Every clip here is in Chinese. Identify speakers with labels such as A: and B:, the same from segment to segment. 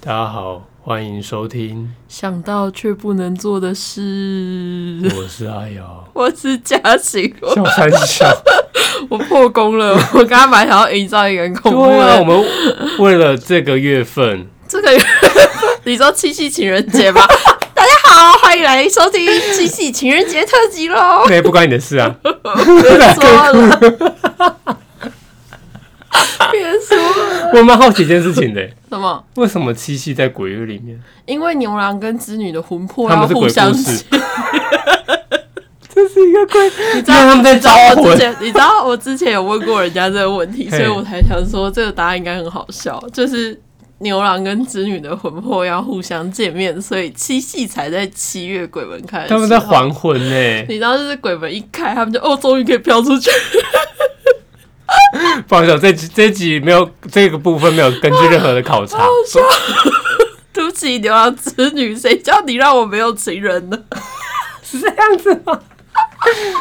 A: 大家好，欢迎收 听，
B: 想到却不能做的事。，
A: 我是阿瑶
B: 我是嘉行， 我
A: 笑三笑。
B: 我破功了。我刚刚本来想要营造一个很恐怖
A: 对啊，
B: 的，
A: 我们为了这个月 份，
B: 这个你说七夕情人节 吧？大家好，欢迎来收听七夕情人节特辑 喽。
A: 那也不关你的事啊。
B: 别说了，别说了，
A: 我蛮好奇一件事情的，
B: 什么？
A: 为什么七夕在鬼月里面？
B: 因为牛郎跟织女的魂魄
A: 他
B: 要
A: 们是鬼
B: 互相
A: 故
B: 吸
A: 事。 这是一个鬼，
B: 你知
A: 因为他
B: 道
A: 们在
B: 你知道
A: 招
B: 我
A: 魂
B: 之前，你知道我之前有问过人家这个问题，
A: 嘿
B: 所以我才想说这个答案应该很好笑，就是牛郎跟织女的魂魄要互相见面，所以七夕才在七月鬼门开。
A: 他们在。还魂呢。
B: 你知道，就是鬼门一开，他们就哦，终于可以飘出去。
A: 不好意思，这集这集没有这个部分没有根据任何的考察。
B: 对不起，牛郎织女，谁叫你让我没有情人呢？
A: 是这样子吗？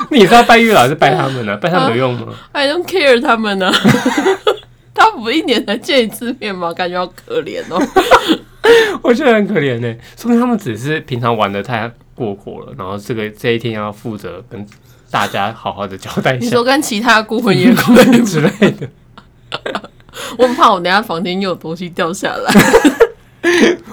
A: 你是要拜月老还是拜他们呢、啊拜他们有用吗？
B: I don't care 他们呢、 他们不一年才见一次面吗？感觉好可怜 哦。
A: 我觉得很可怜呢，说明他们只是平常玩的太过火了，然后这个这一天要负责跟大家好好的交代一
B: 你
A: 下
B: 说跟其他孤魂野鬼
A: 之类的。
B: 我很怕我等一下房间又有东西掉下来。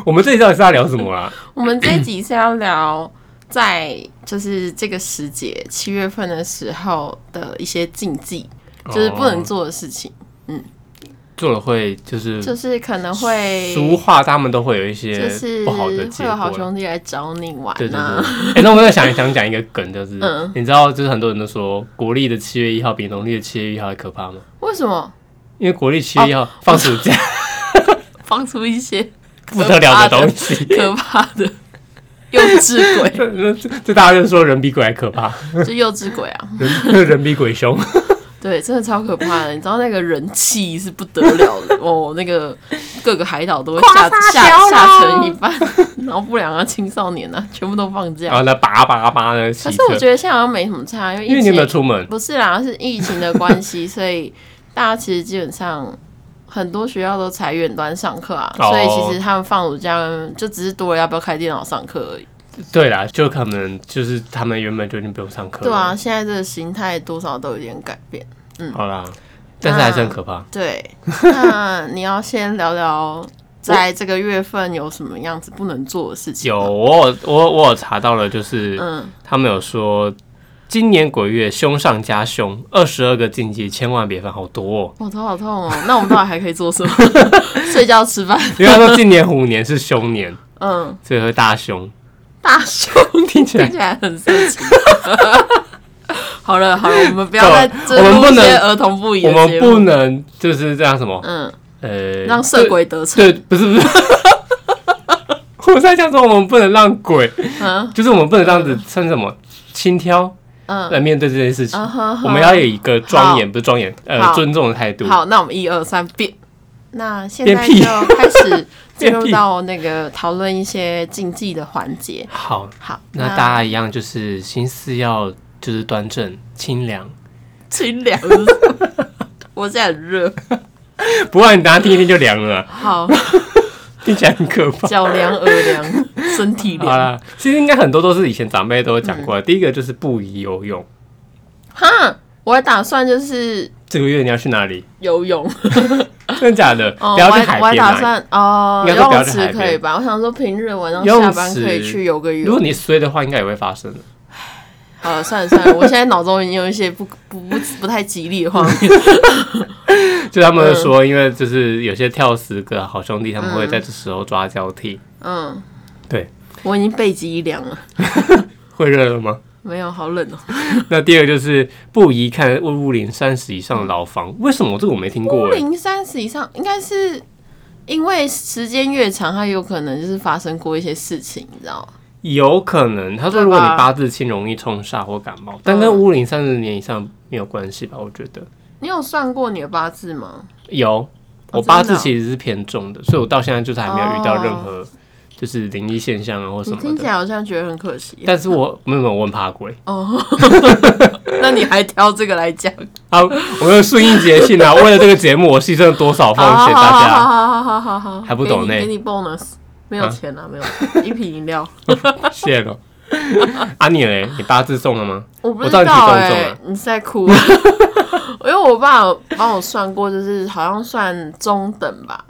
A: 我们这里到底是要聊什么啊啦？
B: 我们这一集是要聊在就是这个时节七月份的时候的一些禁忌， 就是不能
A: 哦
B: 做的事情，
A: 做了会就是
B: 就是可能会
A: 俗话，他们都会有一
B: 就
A: 些
B: 是
A: 不好的结
B: 会有好
A: 果。
B: 兄弟啊来找你玩
A: 对对对，
B: 啊。
A: 哎、那我再想想讲一个梗，就是、
B: 嗯
A: 你知道，就是很多人都说国历的七月一号比农历的七月一号还可怕吗？
B: 为什么
A: 因为国历七月一号
B: 哦
A: 放暑假，
B: 放出一些
A: 不得了的东西，
B: 可怕的幼稚鬼？
A: 这这这大家就说人比鬼还可怕，
B: 就幼稚鬼啊！
A: 人 人比鬼凶。
B: 对，真的超可怕的。你知道那个人气是不得了的哦，那个各个海岛都会
A: 夸
B: 下
A: 大
B: 下
A: 小
B: 下
A: 了
B: 沉一半，然后不良啊、青少年啊，全部都放假
A: 然。后呢，叭叭叭的骑
B: 可
A: 车
B: 是。我觉得现在好像没什么差，因为
A: 因为
B: 疫
A: 你有没有
B: 情
A: 出门？
B: 不是啦，是疫情的关系， 所以大家其实基本上很多学校都采远端上课啊，
A: 哦
B: 所以其实他们放暑假就只是多了要不要开电脑上课而已。
A: 对啦，就可能就是他们原本就已经不用上课了。
B: 对啊，，嗯现在这个形态多少都有点改变。
A: 好啦，但是还是很可怕。
B: 对，那你要先聊聊在这个月份有什么样子不能做的事情
A: 有
B: 吗？
A: 我有我我有查到了，就是
B: 嗯，
A: 他们有说，今年鬼月凶上加凶，二十二个禁忌千万别犯，好多哦。
B: 我头好痛哦。那我们到底还可以做什么？ 睡觉、吃饭，
A: 因为他说今年虎年是凶年，
B: 嗯，
A: 所以会大凶。
B: 大胸
A: 听起来
B: 听起来很色情。好了好了，我们不要
A: 对啊
B: 再
A: 我们
B: 录
A: 不
B: 一些
A: 能
B: 儿童不宜
A: 我
B: 的节
A: 们
B: 目
A: 不。能就是这样什么
B: 嗯，
A: 呃，
B: 让色鬼得逞。
A: 对，对不是不是。 我在想说，我们不能让鬼，
B: 嗯
A: 就是我们不能这样子称什么轻佻来
B: 嗯
A: 面对这件事情。
B: 嗯哼，
A: 我们要有一个庄严，
B: 好
A: 不是庄严，呃，
B: 好
A: 尊重的态度。
B: 好，那我们一二三变。那现
A: 变
B: 在
A: 屁
B: 就 开始进
A: 变
B: 入
A: 屁
B: 到那个讨论一些禁忌的环节。
A: 好，
B: 好，
A: 那大家一样就是心思要就是端正清 凉，
B: 清凉。我现在很热，
A: 不然你等下听一听就凉了 啊，
B: 好，
A: 听起来很可 怕。
B: 脚凉、耳凉、身体
A: 好
B: 凉。
A: 啦，其实应该很多都是以前长辈都有讲过
B: 嗯
A: 的。第一个就是不宜游泳，
B: 哈，我还打算就是
A: 这个月你要去哪里？
B: 游泳。
A: 真的假的？不
B: 哦，我
A: 要去
B: 还我
A: 海
B: 还
A: 边
B: 打
A: 啊。
B: 算哦，
A: 应该
B: 游
A: 说不要
B: 泳
A: 去海边
B: 池可以吧？我想说平日晚上
A: 游泳
B: 下班可以
A: 池
B: 去游个
A: 如果
B: 泳。
A: 你衰的话，应该也会发生的。
B: 好了，算了算了，我现在脑中已经有一些不不不不太吉利的画面。
A: 就他
B: 嗯
A: 们说，因为就是有些跳十个好兄弟，他们会在这时候抓交替。
B: 嗯，
A: 对，
B: 我已经背脊一凉了，
A: 会热了吗？
B: 没有好冷哦。
A: 那第二个就是不宜看屋屋龄三十以上的牢房，为什么这个我没听过、欸？
B: 零三十以上应该是因为时间越长，它有可能就是发生过一些事情，你知道吗？
A: 有可能他说，如果你
B: 对吧
A: 八字轻，容易冲煞或感
B: 嗯
A: 冒，但跟屋龄三十年以上没有关系吧？我觉得
B: 你有算过你的八字吗？
A: 有，我
B: 真的
A: 八字
B: 哦
A: 其实是偏重的，所以我到现在就是还没有遇到任何就是灵异现象啊或什
B: 你
A: 么
B: 听起
A: 的。
B: 来好像觉得很可惜。
A: 但是我没有没有，我很怕鬼
B: 哦，那你还挑这个来讲？
A: 啊！我有顺应节庆啊，为了这个节目，我牺牲了多少奉献大
B: 好
A: 家。
B: 好好好好好，
A: 还不懂呢
B: 给你给你 bonus，没有
A: 啊
B: 钱啊，没有钱一瓶饮料。
A: 谢了。啊你嘞，你八字中了吗？
B: 我不
A: 我
B: 知
A: 知道
B: 道
A: 你体重
B: 哎、
A: 重了
B: 你是在哭？因为我爸有帮我算过，就是好像算中等吧，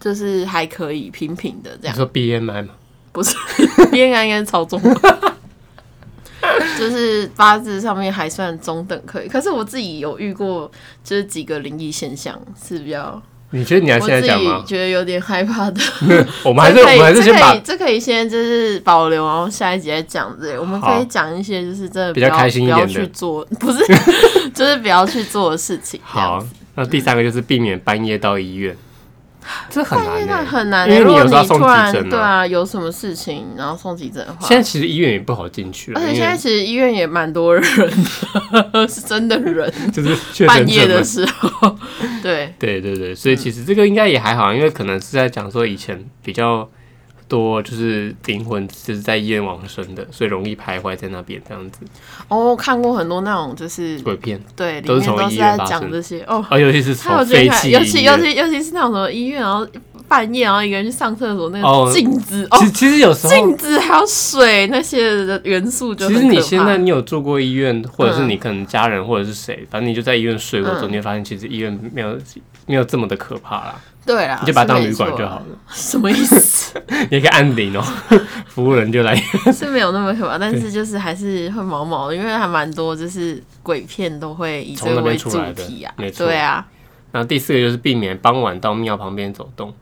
B: 就是还可以平平的这
A: 你
B: 样，
A: 说 BMI 吗？
B: 不是应该应该是超中吧，就是八字上面还算中等可以。可是我自己有遇过，就是几个灵异现象是比较
A: 你觉得你要
B: 我
A: 现
B: 自
A: 在
B: 己
A: 讲吗？
B: 觉得有点害怕的。
A: 我们还是
B: 这
A: 我
B: 可以
A: 们还是先把
B: 这可以这可以先就是保留，然后下一集再讲这个。我们可
A: 好
B: 以讲一些就是真的
A: 比较
B: 不要
A: 开心一点的
B: 不要去做，不是就是不要去做的事情。这样
A: 好，那第三个就是避免半夜到医院，这很
B: 半夜
A: 难、
B: 那
A: 欸。
B: 很难、
A: 因
B: 欸，
A: 为
B: 如
A: 你
B: 果
A: 有时候
B: 你
A: 送
B: 突然
A: 急诊啊
B: 对啊有什么事情，然后送急诊的话，
A: 现在其实医院也不好进去了，
B: 而且
A: 因
B: 啊现在
A: 为
B: 其实医院也蛮多人的， 是真的人，
A: 就是确诊
B: 半夜
A: 者
B: 的
A: 们。
B: 时候，对。
A: 对对对，所以其实这个应该也还好，因为可能是在讲说以前比较多就是灵魂就是在医院往生的，所以容易徘徊在那边这样子。
B: 哦，我看过很多那种，就是
A: 鬼片，
B: 对，里
A: 都是
B: 面
A: 从
B: 都
A: 医
B: 是
A: 院
B: 在
A: 发
B: 讲
A: 生
B: 这些 哦，
A: 啊，尤其是
B: 还有
A: 从
B: 觉得
A: 飞
B: 看，
A: 机
B: 尤其
A: 医
B: 尤
A: 院
B: 其尤其是那种什么医院，然后半夜然后一个人去上厕所，那
A: 哦
B: 个镜子哦
A: 其，实其实有时候
B: 镜子还有水那些的元素就
A: 其
B: 很
A: 实
B: 可
A: 你现
B: 怕
A: 在你有住过医院，或者是
B: 嗯
A: 你可能家人或者是谁，反正你就在医院睡过之后，
B: 嗯
A: 你会发现其实医院没有没有这么的可怕啦，
B: 对啊，
A: 你就把它当
B: 是
A: 旅馆
B: 没错
A: 就好了。
B: 什么意 思？
A: 你也可以按铃哦， 服务人就来。
B: 是没有那么可怕，但是就是还是会毛毛的，因为还蛮多就是鬼片都会以这
A: 从那
B: 个为
A: 边
B: 主
A: 出来的
B: 题啊
A: 没，错
B: 对啊，
A: 然后第四个就是避免傍晚到庙旁边走动，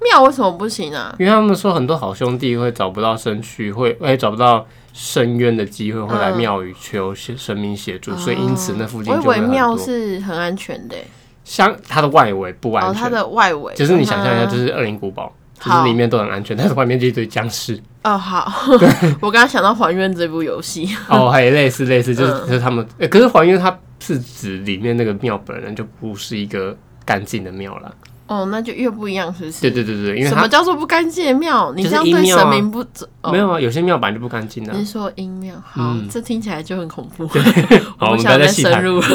B: 庙为什么不行啊？
A: 因为他们说很多好兄弟会找不到身躯，会会找不到伸冤的机会，会来
B: 嗯哦
A: 庙宇求神明协助，所以因此那附近
B: 我以
A: 就会
B: 为
A: 很
B: 庙
A: 多。
B: 是很安全的欸，
A: 像它的外围不
B: 然后
A: 安
B: 哦它
A: 全，
B: 的外围嗯
A: 就是你想象一下，就是是恶灵古堡，就是
B: 好
A: 里面都很安全，但 是外面就一堆僵尸。
B: 哦好， 我刚刚想到《还愿》这部游戏，
A: 哦，还有类似类似，就是
B: 嗯
A: 就是他们，呃可是还原它是指里面那个庙本人就不是一个干净的庙啦。
B: 哦，那就越不一样，是不是？
A: 对对对对，因为
B: 什
A: 它
B: 么叫做不干净的庙？你
A: 就是
B: 这样
A: 阴
B: 对
A: 庙啊
B: 神明不尊、哦
A: 没、有啊，有些庙本来就不干净的啊
B: 你。是说阴庙？好、
A: 嗯
B: 这听起来就很恐怖。
A: 好，我们不要
B: 不想
A: 再
B: 再
A: 细
B: 深
A: 谈。
B: 入了，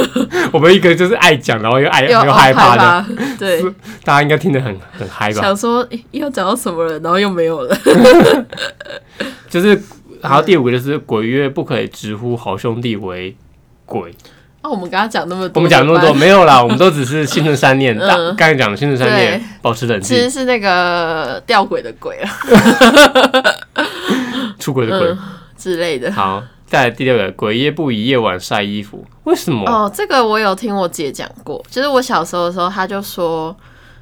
A: 我们一个就是爱讲，然后又爱
B: 又哦
A: 又害怕的，
B: 的。对，
A: 大家应该听得很很嗨吧？
B: 想说诶要讲到什么了，然后又没有了。
A: 就是，然后第五个就是鬼月不可以直呼好兄弟为鬼。
B: 哦那、我们刚刚讲那么
A: 我
B: 多，
A: 们讲那么多
B: 怎办，
A: 没有啦，我们都只是心存善念。
B: 嗯
A: 大刚才讲的心存善念
B: 对，
A: 保持冷
B: 其实
A: 静，
B: 是那个吊诡的鬼啊
A: 出轨的鬼。
B: 嗯之类的。
A: 好，再来第六个，鬼夜不宜夜晚晒衣服，为什么？
B: 哦，这个我有听我姐讲过，就是我小时候的时候，她就说，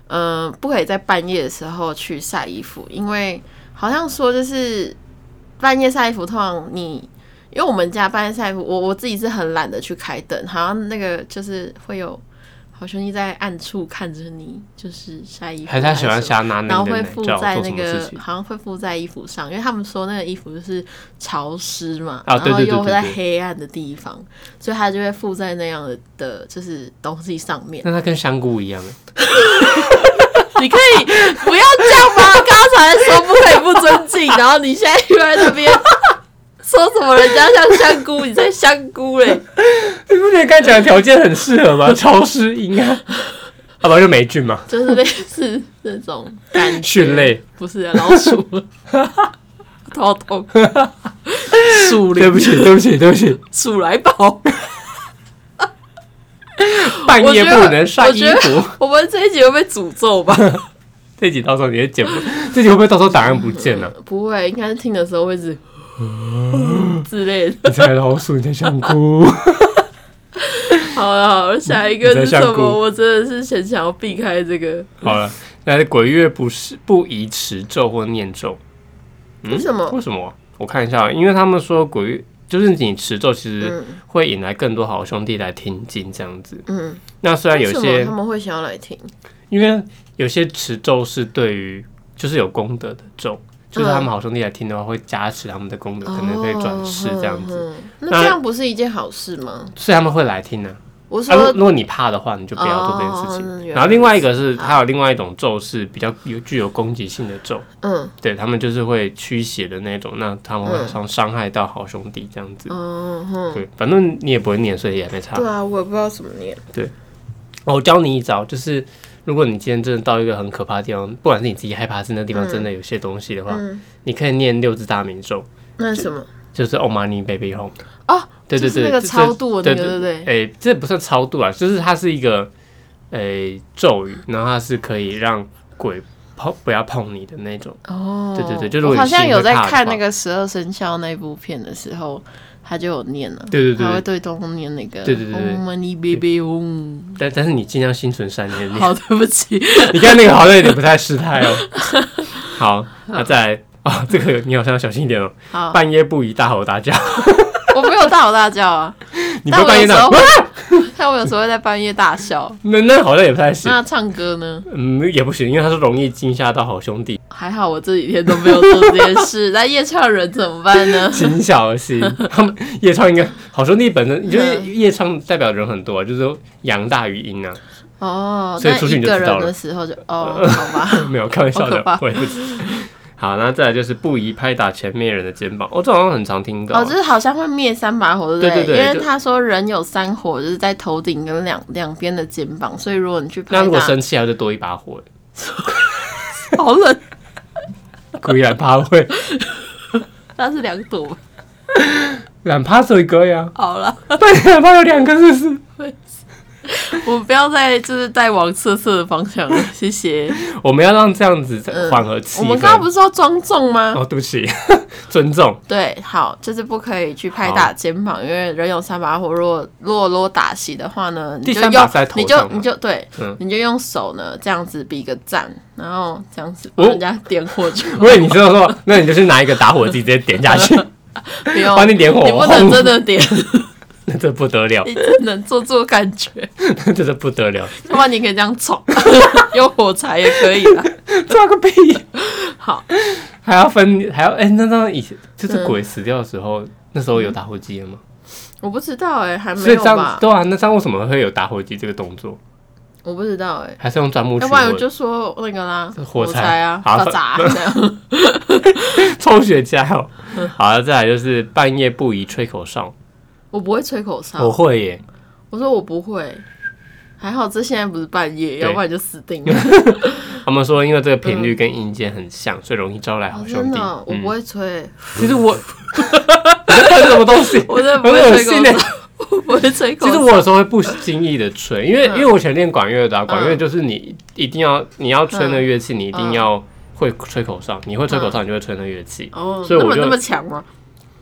B: 嗯、不可以在半夜的时候去晒衣服，因为好像说就是半夜晒衣服，通常你。因为我们家半夜晒衣服，我我自己是很懒得去开灯，好像那个就是会有好兄弟在暗处看着你，就是晒衣服
A: 还
B: 还
A: 是
B: 是
A: 他
B: 什
A: 喜欢
B: 么，
A: 瞎拿你
B: 然后
A: 的
B: 会
A: 奶
B: 附
A: 罩
B: 在
A: 做
B: 那
A: 什么事
B: 个
A: 情？
B: 好像会附在衣服上，因为他们说那个衣服就是潮湿嘛，
A: 啊对对对
B: 然后又会
A: 对
B: 在
A: 对
B: 黑暗的地方，所以它就会附在那样的的，就是东西 上面。
A: 那它跟香菇一样欸，
B: 你可以不要这样吧？刚才说不可以不尊敬，然后你现在又在那边说什么人家像香菇，你在香菇嘞？
A: 你不觉得刚才讲的条件很适合 吗？潮湿阴啊，要不然就霉菌嘛，
B: 就是类似那种感觉
A: 菌类，
B: 不是啊老鼠，头好 痛，鼠
A: 对不
B: 灵
A: 起，对不起，对不起，
B: 鼠来宝。
A: 半夜
B: 我
A: 不
B: 觉得
A: 能晒衣
B: 我觉
A: 服。
B: 我们这一集会被诅咒吧？
A: 这集到时候你会剪不，这集会不会到时候档案不见了、
B: 呃不会，应该是听的时候会是
A: 啊
B: 之类的。
A: 你才老鼠，你才香菇。
B: 好了好了，下一个
A: 你在
B: 是什
A: 香菇
B: 么？我真的是很想要避开这个。
A: 好了，那鬼月不是不宜持咒或念咒，嗯
B: 为什么？
A: 为什么？我看一下，因为他们说鬼月就是你持咒，其实
B: 嗯
A: 会引来更多好兄弟来听经这样子。
B: 嗯，
A: 那虽然
B: 为
A: 有
B: 什么
A: 些
B: 他，们会想要来听？
A: 因为有些持咒是对于就是有功德的咒，就是他们
B: 嗯
A: 好兄弟来听的话，会加持他们的功德，可能可以转世这样子，
B: 哦。嗯嗯那
A: 那
B: 这样不是一件好事吗？
A: 所以他们会来听呢、
B: 我我
A: 啊，如
B: 说
A: 如果你怕的话，你就不要做这件事情。
B: 哦
A: 然后另外一个是，还有另外一种咒是比较有具有攻击性的咒，
B: 嗯
A: 对他们就是会驱邪的那种，那他们会伤伤害到好兄弟这样子。
B: 嗯哼，
A: 对，反正你也不会念，所以也没差。哦
B: 对啊，我也不知道怎么念，
A: 我教你一招，就是如果你今天真的到一个很可怕的地方，不管是你自己害怕，是那地方真的有些东西的话，
B: 嗯，
A: 你可以念六字大明咒，
B: 那是什么？
A: 就是 Om Mani Baby Home。
B: 哦，
A: 对对
B: 就是
A: 对，
B: 那个
A: 这
B: 超度的那个，
A: 对
B: 对不对？
A: 诶、这不算超度啊，就是它是一个诶、咒语，然后它是可以让鬼碰不要碰你的那种。
B: 哦，
A: 对对对就如果
B: 我好
A: 你心
B: 像
A: 里
B: 有
A: 会
B: 在
A: 怕的
B: 看
A: 话
B: 那个十二生肖那部片的时候，他就有念了，
A: 对对
B: 他会
A: 对，
B: 对东念那个，
A: 对对对对
B: Om mani baby om。
A: 但但是你尽量心存善念。你
B: 嗯好，对不起，
A: 你看那个好像有点不太失态哦。 好，那再来哦，这个你好像要小心一点哦，
B: 好，
A: 半夜不宜大吼大叫，
B: 我没有大吼大叫啊，
A: 你不
B: 但
A: 要
B: 我
A: 半夜啊
B: 有时
A: 大
B: 候
A: 吼，
B: 会， 但我有时候会在半夜大笑。
A: 那那好像也不太行。
B: 那唱歌呢？
A: 嗯，也不行，因为他是容易惊吓到好兄弟，
B: 还好我这几天都没有做这件 事，那夜唱人怎么办呢？
A: 请小心。 他们夜唱应该好兄弟本身就是
B: 嗯
A: 夜唱代表人很多、啊，就是说阳大于阴啊，
B: 哦，
A: 所以
B: 那
A: 出去
B: 一
A: 你就
B: 个
A: 知道
B: 人
A: 了
B: 的时候就 哦，好吧，
A: 没有开玩笑
B: 好可
A: 的
B: 怕，
A: 我也不知。好，那再来就是不宜拍打前面人的肩膀，哦，这好像很常听到啊、
B: 哦，就是好像会灭三把火，对不
A: 对
B: 对？
A: 对对
B: 因为
A: 就
B: 他说人有三火，就是在头顶跟两两边的肩膀，所以如果你去拍
A: 那如果
B: 打，
A: 生气，他就多一把火，
B: 好冷，
A: 故意懒趴会，
B: 那是两朵吧。
A: 懒趴只有一个呀，
B: 好了，
A: 但懒趴有两个，是不是？
B: 我不要再就是再往色色的方向了，谢谢。
A: 我们要让这样子
B: 嗯
A: 缓和 气
B: 我
A: 氛。
B: 们刚刚不是说庄重吗？
A: 哦，对不起， 尊重。
B: 对，好，就是不可以去拍打肩膀，因为人有三把火。如果如果如果打席的话呢，你
A: 第
B: 就
A: 三把
B: 用
A: 是在头
B: 你就
A: 上吗
B: 你就对，
A: 嗯
B: 你就用手呢这样子比个赞，然后这样子
A: 哦
B: 帮人家点 火就好，
A: 喂，你知道说，那你就去拿一个打火机直接点下去，
B: 不用，
A: 帮你
B: 你
A: 点火，
B: 不能
A: 轰
B: 真的点，
A: 那这不得了，
B: 你只能做做感觉，
A: 那真的不得了，
B: 要不然你可以这样冲， 用火柴也可以啦。
A: 抓个屁！
B: 好，
A: 还要分，还要哎、那那以前
B: 嗯
A: 就是鬼死掉的时候，那时候有打火机了吗？
B: 我不知道哎、还没
A: 所以
B: 有
A: 这样
B: 吧？
A: 对啊，那这样为什么会有打火机这个动作？
B: 我不知道哎、
A: 还是用钻木取
B: 要不然我
A: 火、
B: 就说那个啦，
A: 火柴
B: 柴啊，
A: 好
B: 爆炸这样。
A: 抽雪茄哦？
B: 嗯
A: 好，再来就是半夜不宜吹口哨，
B: 我不会吹口哨，
A: 我会耶，
B: 我说我不会，还好这现在不是半夜，要不然就死定了。 嗯
A: 他们说因为这个频率跟阴间很像，所以容易招来好
B: 哦
A: 兄
B: 真
A: 弟。
B: 的哦，我
A: 嗯
B: 不会吹，
A: 其实我。你 在喷什么东西？
B: 我真的不
A: 很
B: 会
A: 恶
B: 吹
A: 心
B: 口
A: 耶
B: 哨，我不会吹 口
A: 其
B: 哨。
A: 实我有时候会不经意的吹，因为、因为我以前练管乐的、啊，管乐
B: 嗯
A: 就是你一定要你要吹那乐器，你一定要会吹口
B: 嗯
A: 哨，你会吹口哨，你就会吹那乐器。
B: 哦，
A: 所以
B: 那
A: 我
B: 么
A: 就
B: 那么强吗？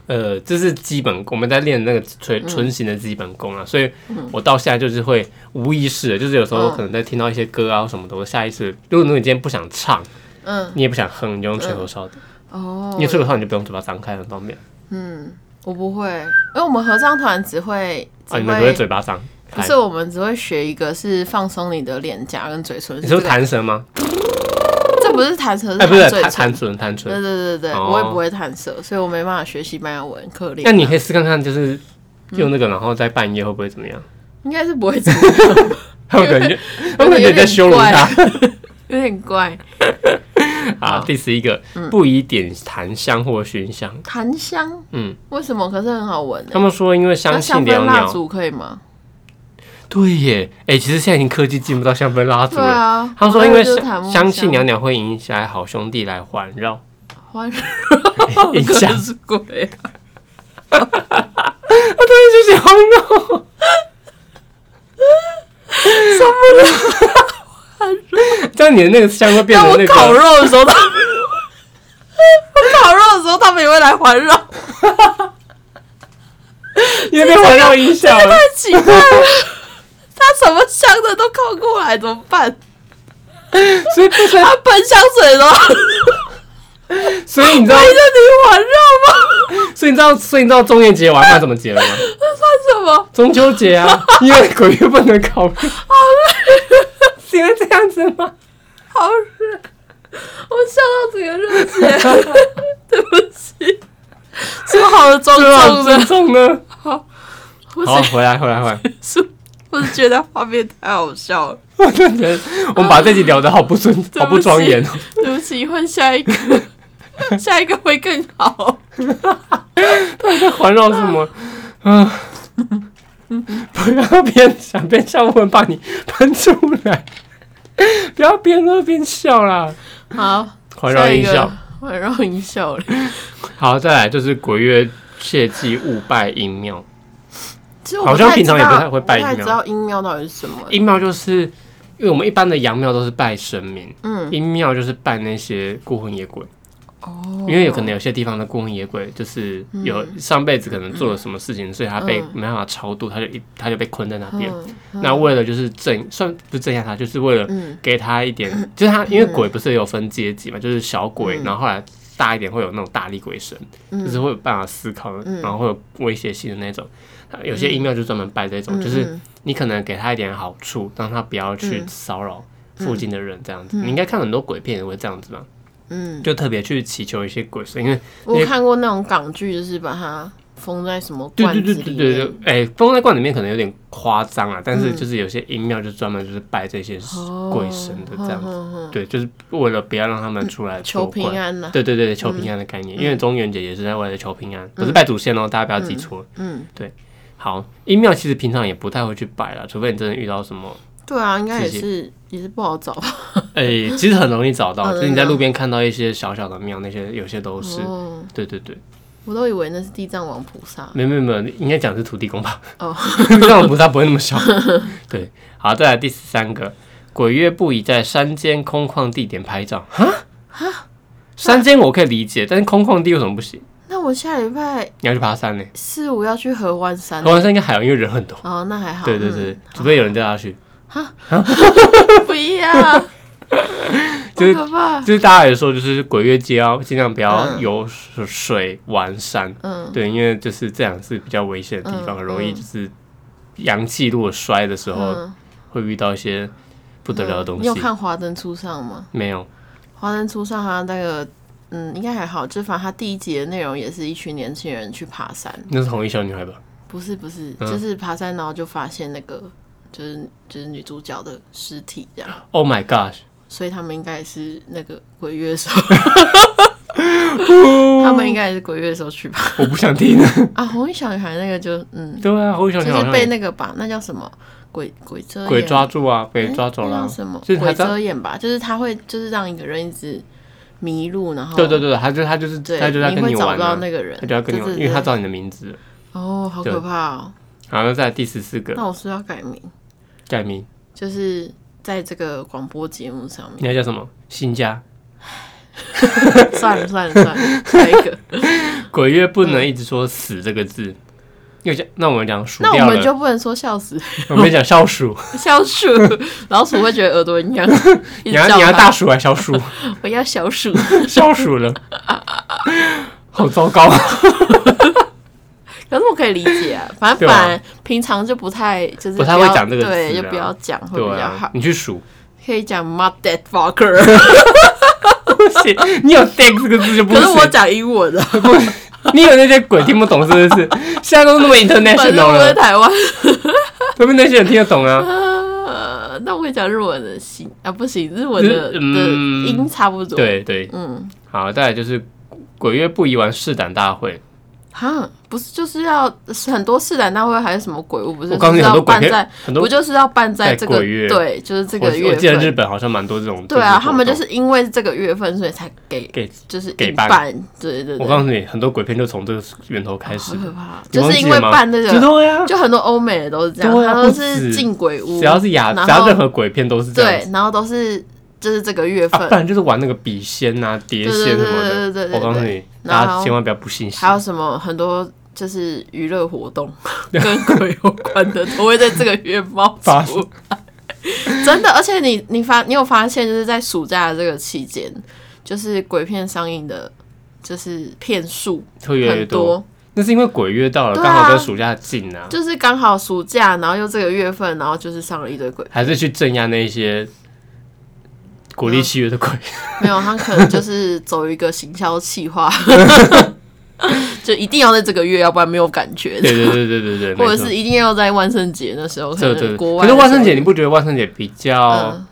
A: 呃，这是基本功，我们在练那个吹
B: 嗯
A: 唇形的基本功啊，所以我到现在就是会无意识的，就是有时候
B: 嗯
A: 可能在听到一些歌啊或什么的，我下意识，如果你今天不想唱，
B: 嗯，
A: 你也不想哼，你就用吹口哨的，
B: 哦
A: 因为，吹口哨你就不用嘴巴张开，很方便啊
B: 嗯，我不会，因为我们合唱团只会只
A: 啊，你们不会
B: 会，
A: 嘴巴张开
B: 不是。我们只会学一个是放松你的脸颊跟嘴唇，
A: 你
B: 是
A: 说
B: 这个，
A: 弹舌吗？
B: 这不是弹舌，是
A: 哎，不是
B: 弹嘴
A: 弹
B: 唇。
A: 弹唇，弹唇
B: 对。对对对，
A: 哦
B: 我也不会弹舌，所以我没办法学西班牙文，可怜。
A: 那你可以试看看，就是
B: 嗯
A: 用那个，然后在半夜会不会怎么 样？
B: 应该是不会这样，
A: 他们可能就，他们可能
B: 有
A: 就在
B: 点
A: 羞辱他。
B: 有点怪。
A: 啊，第十一个，
B: 嗯
A: 不宜点檀香或熏香。
B: 檀香，
A: 嗯，
B: 为什么？可是很好闻欸。
A: 他们说因为香
B: 那
A: 气
B: 香
A: 袅
B: 氛蜡
A: 袅。
B: 烛可以吗？
A: 对耶，哎，其实现在已经科技进步到香氛蜡烛
B: 对
A: 了。
B: 啊，
A: 他们说因为
B: 我那个就是檀木
A: 香香气袅袅会影响好兄弟来环 绕，
B: 欢 乐
A: 影响
B: 可是鬼啊，
A: 就是环 绕。什么 这样你的那个香会变
B: 但
A: 成
B: 我
A: 那
B: 烤
A: 个，
B: 肉的时候，他我烤肉的时候他们也会来环绕，
A: 因为被环绕影响了。
B: 太奇怪了。他什么香的都靠过来，怎么办？
A: 所以不是，
B: 他喷香水的话，
A: 所 以你知道
B: 围着你环绕吗？
A: 所以你知道，所以你知道中元节晚上怎么结了 吗？
B: 那算什么？
A: 中秋节 啊，因为鬼月不能烤肉， 是因为这样子吗？
B: 好热，我笑到整个热血， 对不起，说好的庄
A: 对啊，
B: 重
A: 尊
B: 的，
A: 重呢？
B: 好，不
A: 好，
B: 行，
A: 回来，回来，回来。
B: 是 我是觉得画面太好笑了。
A: 我们把这集聊得好不 尊，
B: 起
A: 好不庄严哦。
B: 对不起，换下一个， 下一个会更好。
A: 在环绕什 么？啊！不要边想边笑，我很怕你喷出来。不要边喝边笑啦，
B: 好，
A: 环绕音效。，
B: 环绕音效了。
A: 好，再来就是鬼月切记勿拜阴庙。
B: 其实我
A: 好像平常也不太会拜啊
B: 不太
A: 阴
B: 知
A: 庙
B: 道阴庙到底是什么。
A: 阴庙就是因为我们一般的阳庙都是拜神明，
B: 嗯，
A: 阴庙就是拜那些孤魂野鬼。
B: 哦
A: 因为有可能有些地方的孤魂野鬼就是有上辈子可能做了什么事情，所以他被
B: 嗯
A: 没办法超度，他就一他就被困在那边。
B: 嗯
A: 那为了就是镇，算不是镇压他，就是为了
B: 嗯嗯
A: 给他一点，就是他因为鬼不是有分阶级嘛，就是小鬼，然后后来大一点会有那种大力鬼神，就是会有办法思考，
B: 嗯
A: 然后会有威胁性的那种。有些阴庙就专门拜这
B: 嗯
A: 种，呃就是你可能给他一点好处，让他不要
B: 嗯
A: 去骚扰附近的人这样子。你应该看很多鬼片也会这样子吧？
B: 嗯，
A: 就特别去祈求一些鬼神，因为
B: 我有看过那种港剧，就是把它封在什么
A: 对
B: 罐
A: 对
B: 子
A: 对
B: 里
A: 对
B: 面。嗯
A: 对对，哎、封在罐里面可能有点夸张啊，但是就是有些阴庙就专门就是拜这些
B: 哦
A: 鬼神的这样子，
B: 哼哼哼
A: 对，就是为了不要让他们出来
B: 哦嗯求
A: 作怪
B: 平。安嗯呐。
A: 对对对，求平安的概念，因为中元节也是在为了求平安，不是拜祖先哦，大家不要记错。
B: 嗯，
A: 好，阴庙其实平常也不太会去拜了，除非你真的遇到什么，
B: 对啊，应该也
A: 谢谢
B: 是也是不好找吧。
A: 哎、其实很容易找到，
B: 嗯
A: 就是你在路边看到一些小小的庙，那些有些都是。
B: 哦，
A: 对对对，
B: 我都以为那是地藏王菩萨。
A: 没有没有没有，应该讲是土地公吧？
B: 哦，
A: 那我菩萨不会那么 小。对，好，再来第三个，鬼月不宜在山间空旷地点拍照。哈山间我可以理解，但是空旷地为什么不行？
B: 那我下礼拜
A: 你要去爬山呢、
B: 四五要去合欢山
A: 合。欢山应该还好，因为人很多。
B: 哦，那还好。
A: 哦对对
B: 嗯
A: 对，除非有人带他去。
B: 不要，好
A: 就是
B: 可怕。
A: 就是大家也说，就是鬼月节要尽量不要
B: 嗯
A: 游水水玩山，
B: 嗯，
A: 对，因为就是这两是比较危险的地方，
B: 嗯
A: 很容易就是阳气如果摔的时候，
B: 嗯
A: 会遇到一些不得了的东
B: 你
A: 西
B: 有。看《华灯初上》吗？
A: 没有，
B: 《华灯初上》它那个，嗯，应该还好。就反正它第一集的内容也是一群年轻人去爬山，
A: 那是红衣小女孩吧？
B: 不是不是，
A: 嗯
B: 就是爬山，然后就发现那个就是就是女主角的尸体这样，
A: Oh my gosh！
B: 所以他们应该是那个鬼月 的时候， 他们应该也是鬼月的时候去吧？
A: 我不想听了。
B: 啊，红衣小女孩那个就嗯，
A: 对啊，红衣小
B: 就
A: 女孩好
B: 是
A: 像
B: 被
A: 也
B: 那个吧，那叫什么鬼鬼遮眼
A: 鬼抓住啊，
B: 哎
A: 被抓走
B: 那
A: 了
B: 叫
A: 啊。
B: 什么
A: 就是他
B: 鬼
A: 在
B: 遮眼吧？就是他会就是让一个人一直迷路，然后
A: 对对对，他就他就是
B: 对，
A: 他就在跟
B: 会
A: 你
B: 找不
A: 玩
B: 到
A: 啊，
B: 那个人，
A: 他就要跟你玩，
B: 对
A: 因
B: 对
A: 为他
B: 对
A: 知道你的名字了。
B: 哦，好可
A: 对
B: 怕哦！
A: 好，那再来第十四个
B: 那我是不是要改名，
A: 改名，
B: 就是在这个广播节目上 面，
A: 你要叫什么？新家。
B: 算了算了算了，下一 个，
A: 鬼月不
B: 嗯
A: 能一直说“死”这个字，又讲那我们讲数
B: 那
A: 掉
B: 我们
A: 了，
B: 就哦不能说笑死
A: 我们讲消 暑，
B: 笑鼠，老鼠会觉得耳朵很痒，
A: 你
B: 一直
A: 要
B: 叫
A: 你要
B: 它
A: 大暑还消暑？
B: 我要小鼠，
A: 消暑了， 好糟糕，
B: 可是我可以理解啊，反 正
A: 对啊
B: 反正平常就不太就是
A: 不太会
B: 要
A: 讲这个
B: 对，
A: 字
B: 就
A: 啊
B: 不要讲会比
A: 对
B: 较好
A: 啊，，你去数，
B: 可以讲 mud dead fucker，
A: 不行，你有 “dig” 这个字 就不
B: 可是我
A: 行，
B: 讲英文的，啊
A: 你有那些鬼听不懂是不是？现在都 那么
B: 反正
A: international
B: 我嗯在
A: 了，
B: 台湾，
A: 他们那些人听得懂啊？
B: 呃，那我会讲日文的行啊，不行，日文的的
A: 嗯
B: 音差不多，，
A: 对对，
B: 嗯，
A: 好，再来就是鬼月不宜玩试胆大会，
B: 哈，不是就是要很多试胆大会还是什么鬼屋，不是？
A: 我告诉你
B: 就是
A: 很
B: 要
A: 多鬼
B: 办
A: 片
B: 在，
A: 很
B: 不
A: 多。
B: 就是要办在
A: 在
B: 这个
A: 鬼月
B: 对，就是这
A: 我我
B: 个月
A: 记得日
B: 份。
A: 本好像蛮多这种，
B: 对啊，他们就是因为这个月份，所以才给
A: 给
B: 就是
A: 给
B: 一
A: 办
B: 半，对对对，
A: 我告诉你，很多鬼片就从这个源头开始
B: 好。可怕，
A: 你
B: 就
A: 忘
B: 是因
A: 记
B: 为
A: 了吗
B: 办那
A: 知
B: 个，
A: 道呀，
B: 就很多欧美的都是这样，
A: 对啊
B: 他都
A: 不
B: 是
A: 止
B: 进鬼屋，
A: 只要是亚，
B: 然
A: 只要
B: 后
A: 任何鬼片都是这样
B: 对
A: 子。，
B: 然后都是就是这个月
A: 啊，
B: 份
A: 不，然就是玩那个笔仙啊、碟仙什么的。
B: 对对对对对对对
A: 我告诉你，
B: 然
A: 大
B: 后
A: 家千万不要不信邪
B: 还。有什么很多就是娱乐活动 跟鬼 有关的，都会在这个月冒
A: 发
B: 出来。 真的，而且你你发你有发现，就是在暑假的这个期间，就是鬼片上映的，就是片数
A: 会越来越
B: 很
A: 多，那是因为鬼月到了，
B: 对
A: 刚
B: 啊
A: 好跟暑假近啊，
B: 就是刚好暑假，然后又这个月份，然后就是上了一堆鬼。
A: 还是去镇压那些鼓励契约 的鬼。
B: 没有，他可能就是走一个行销企划， 就一定要在这个月，要不然没有感觉。
A: 对对对对对对，
B: 或者
A: 没错
B: 是一定要在万圣节那时候，可
A: 对对
B: 能国
A: 对。可
B: 外的时
A: 是
B: 候。
A: 万圣节你不觉得万圣节比较
B: 嗯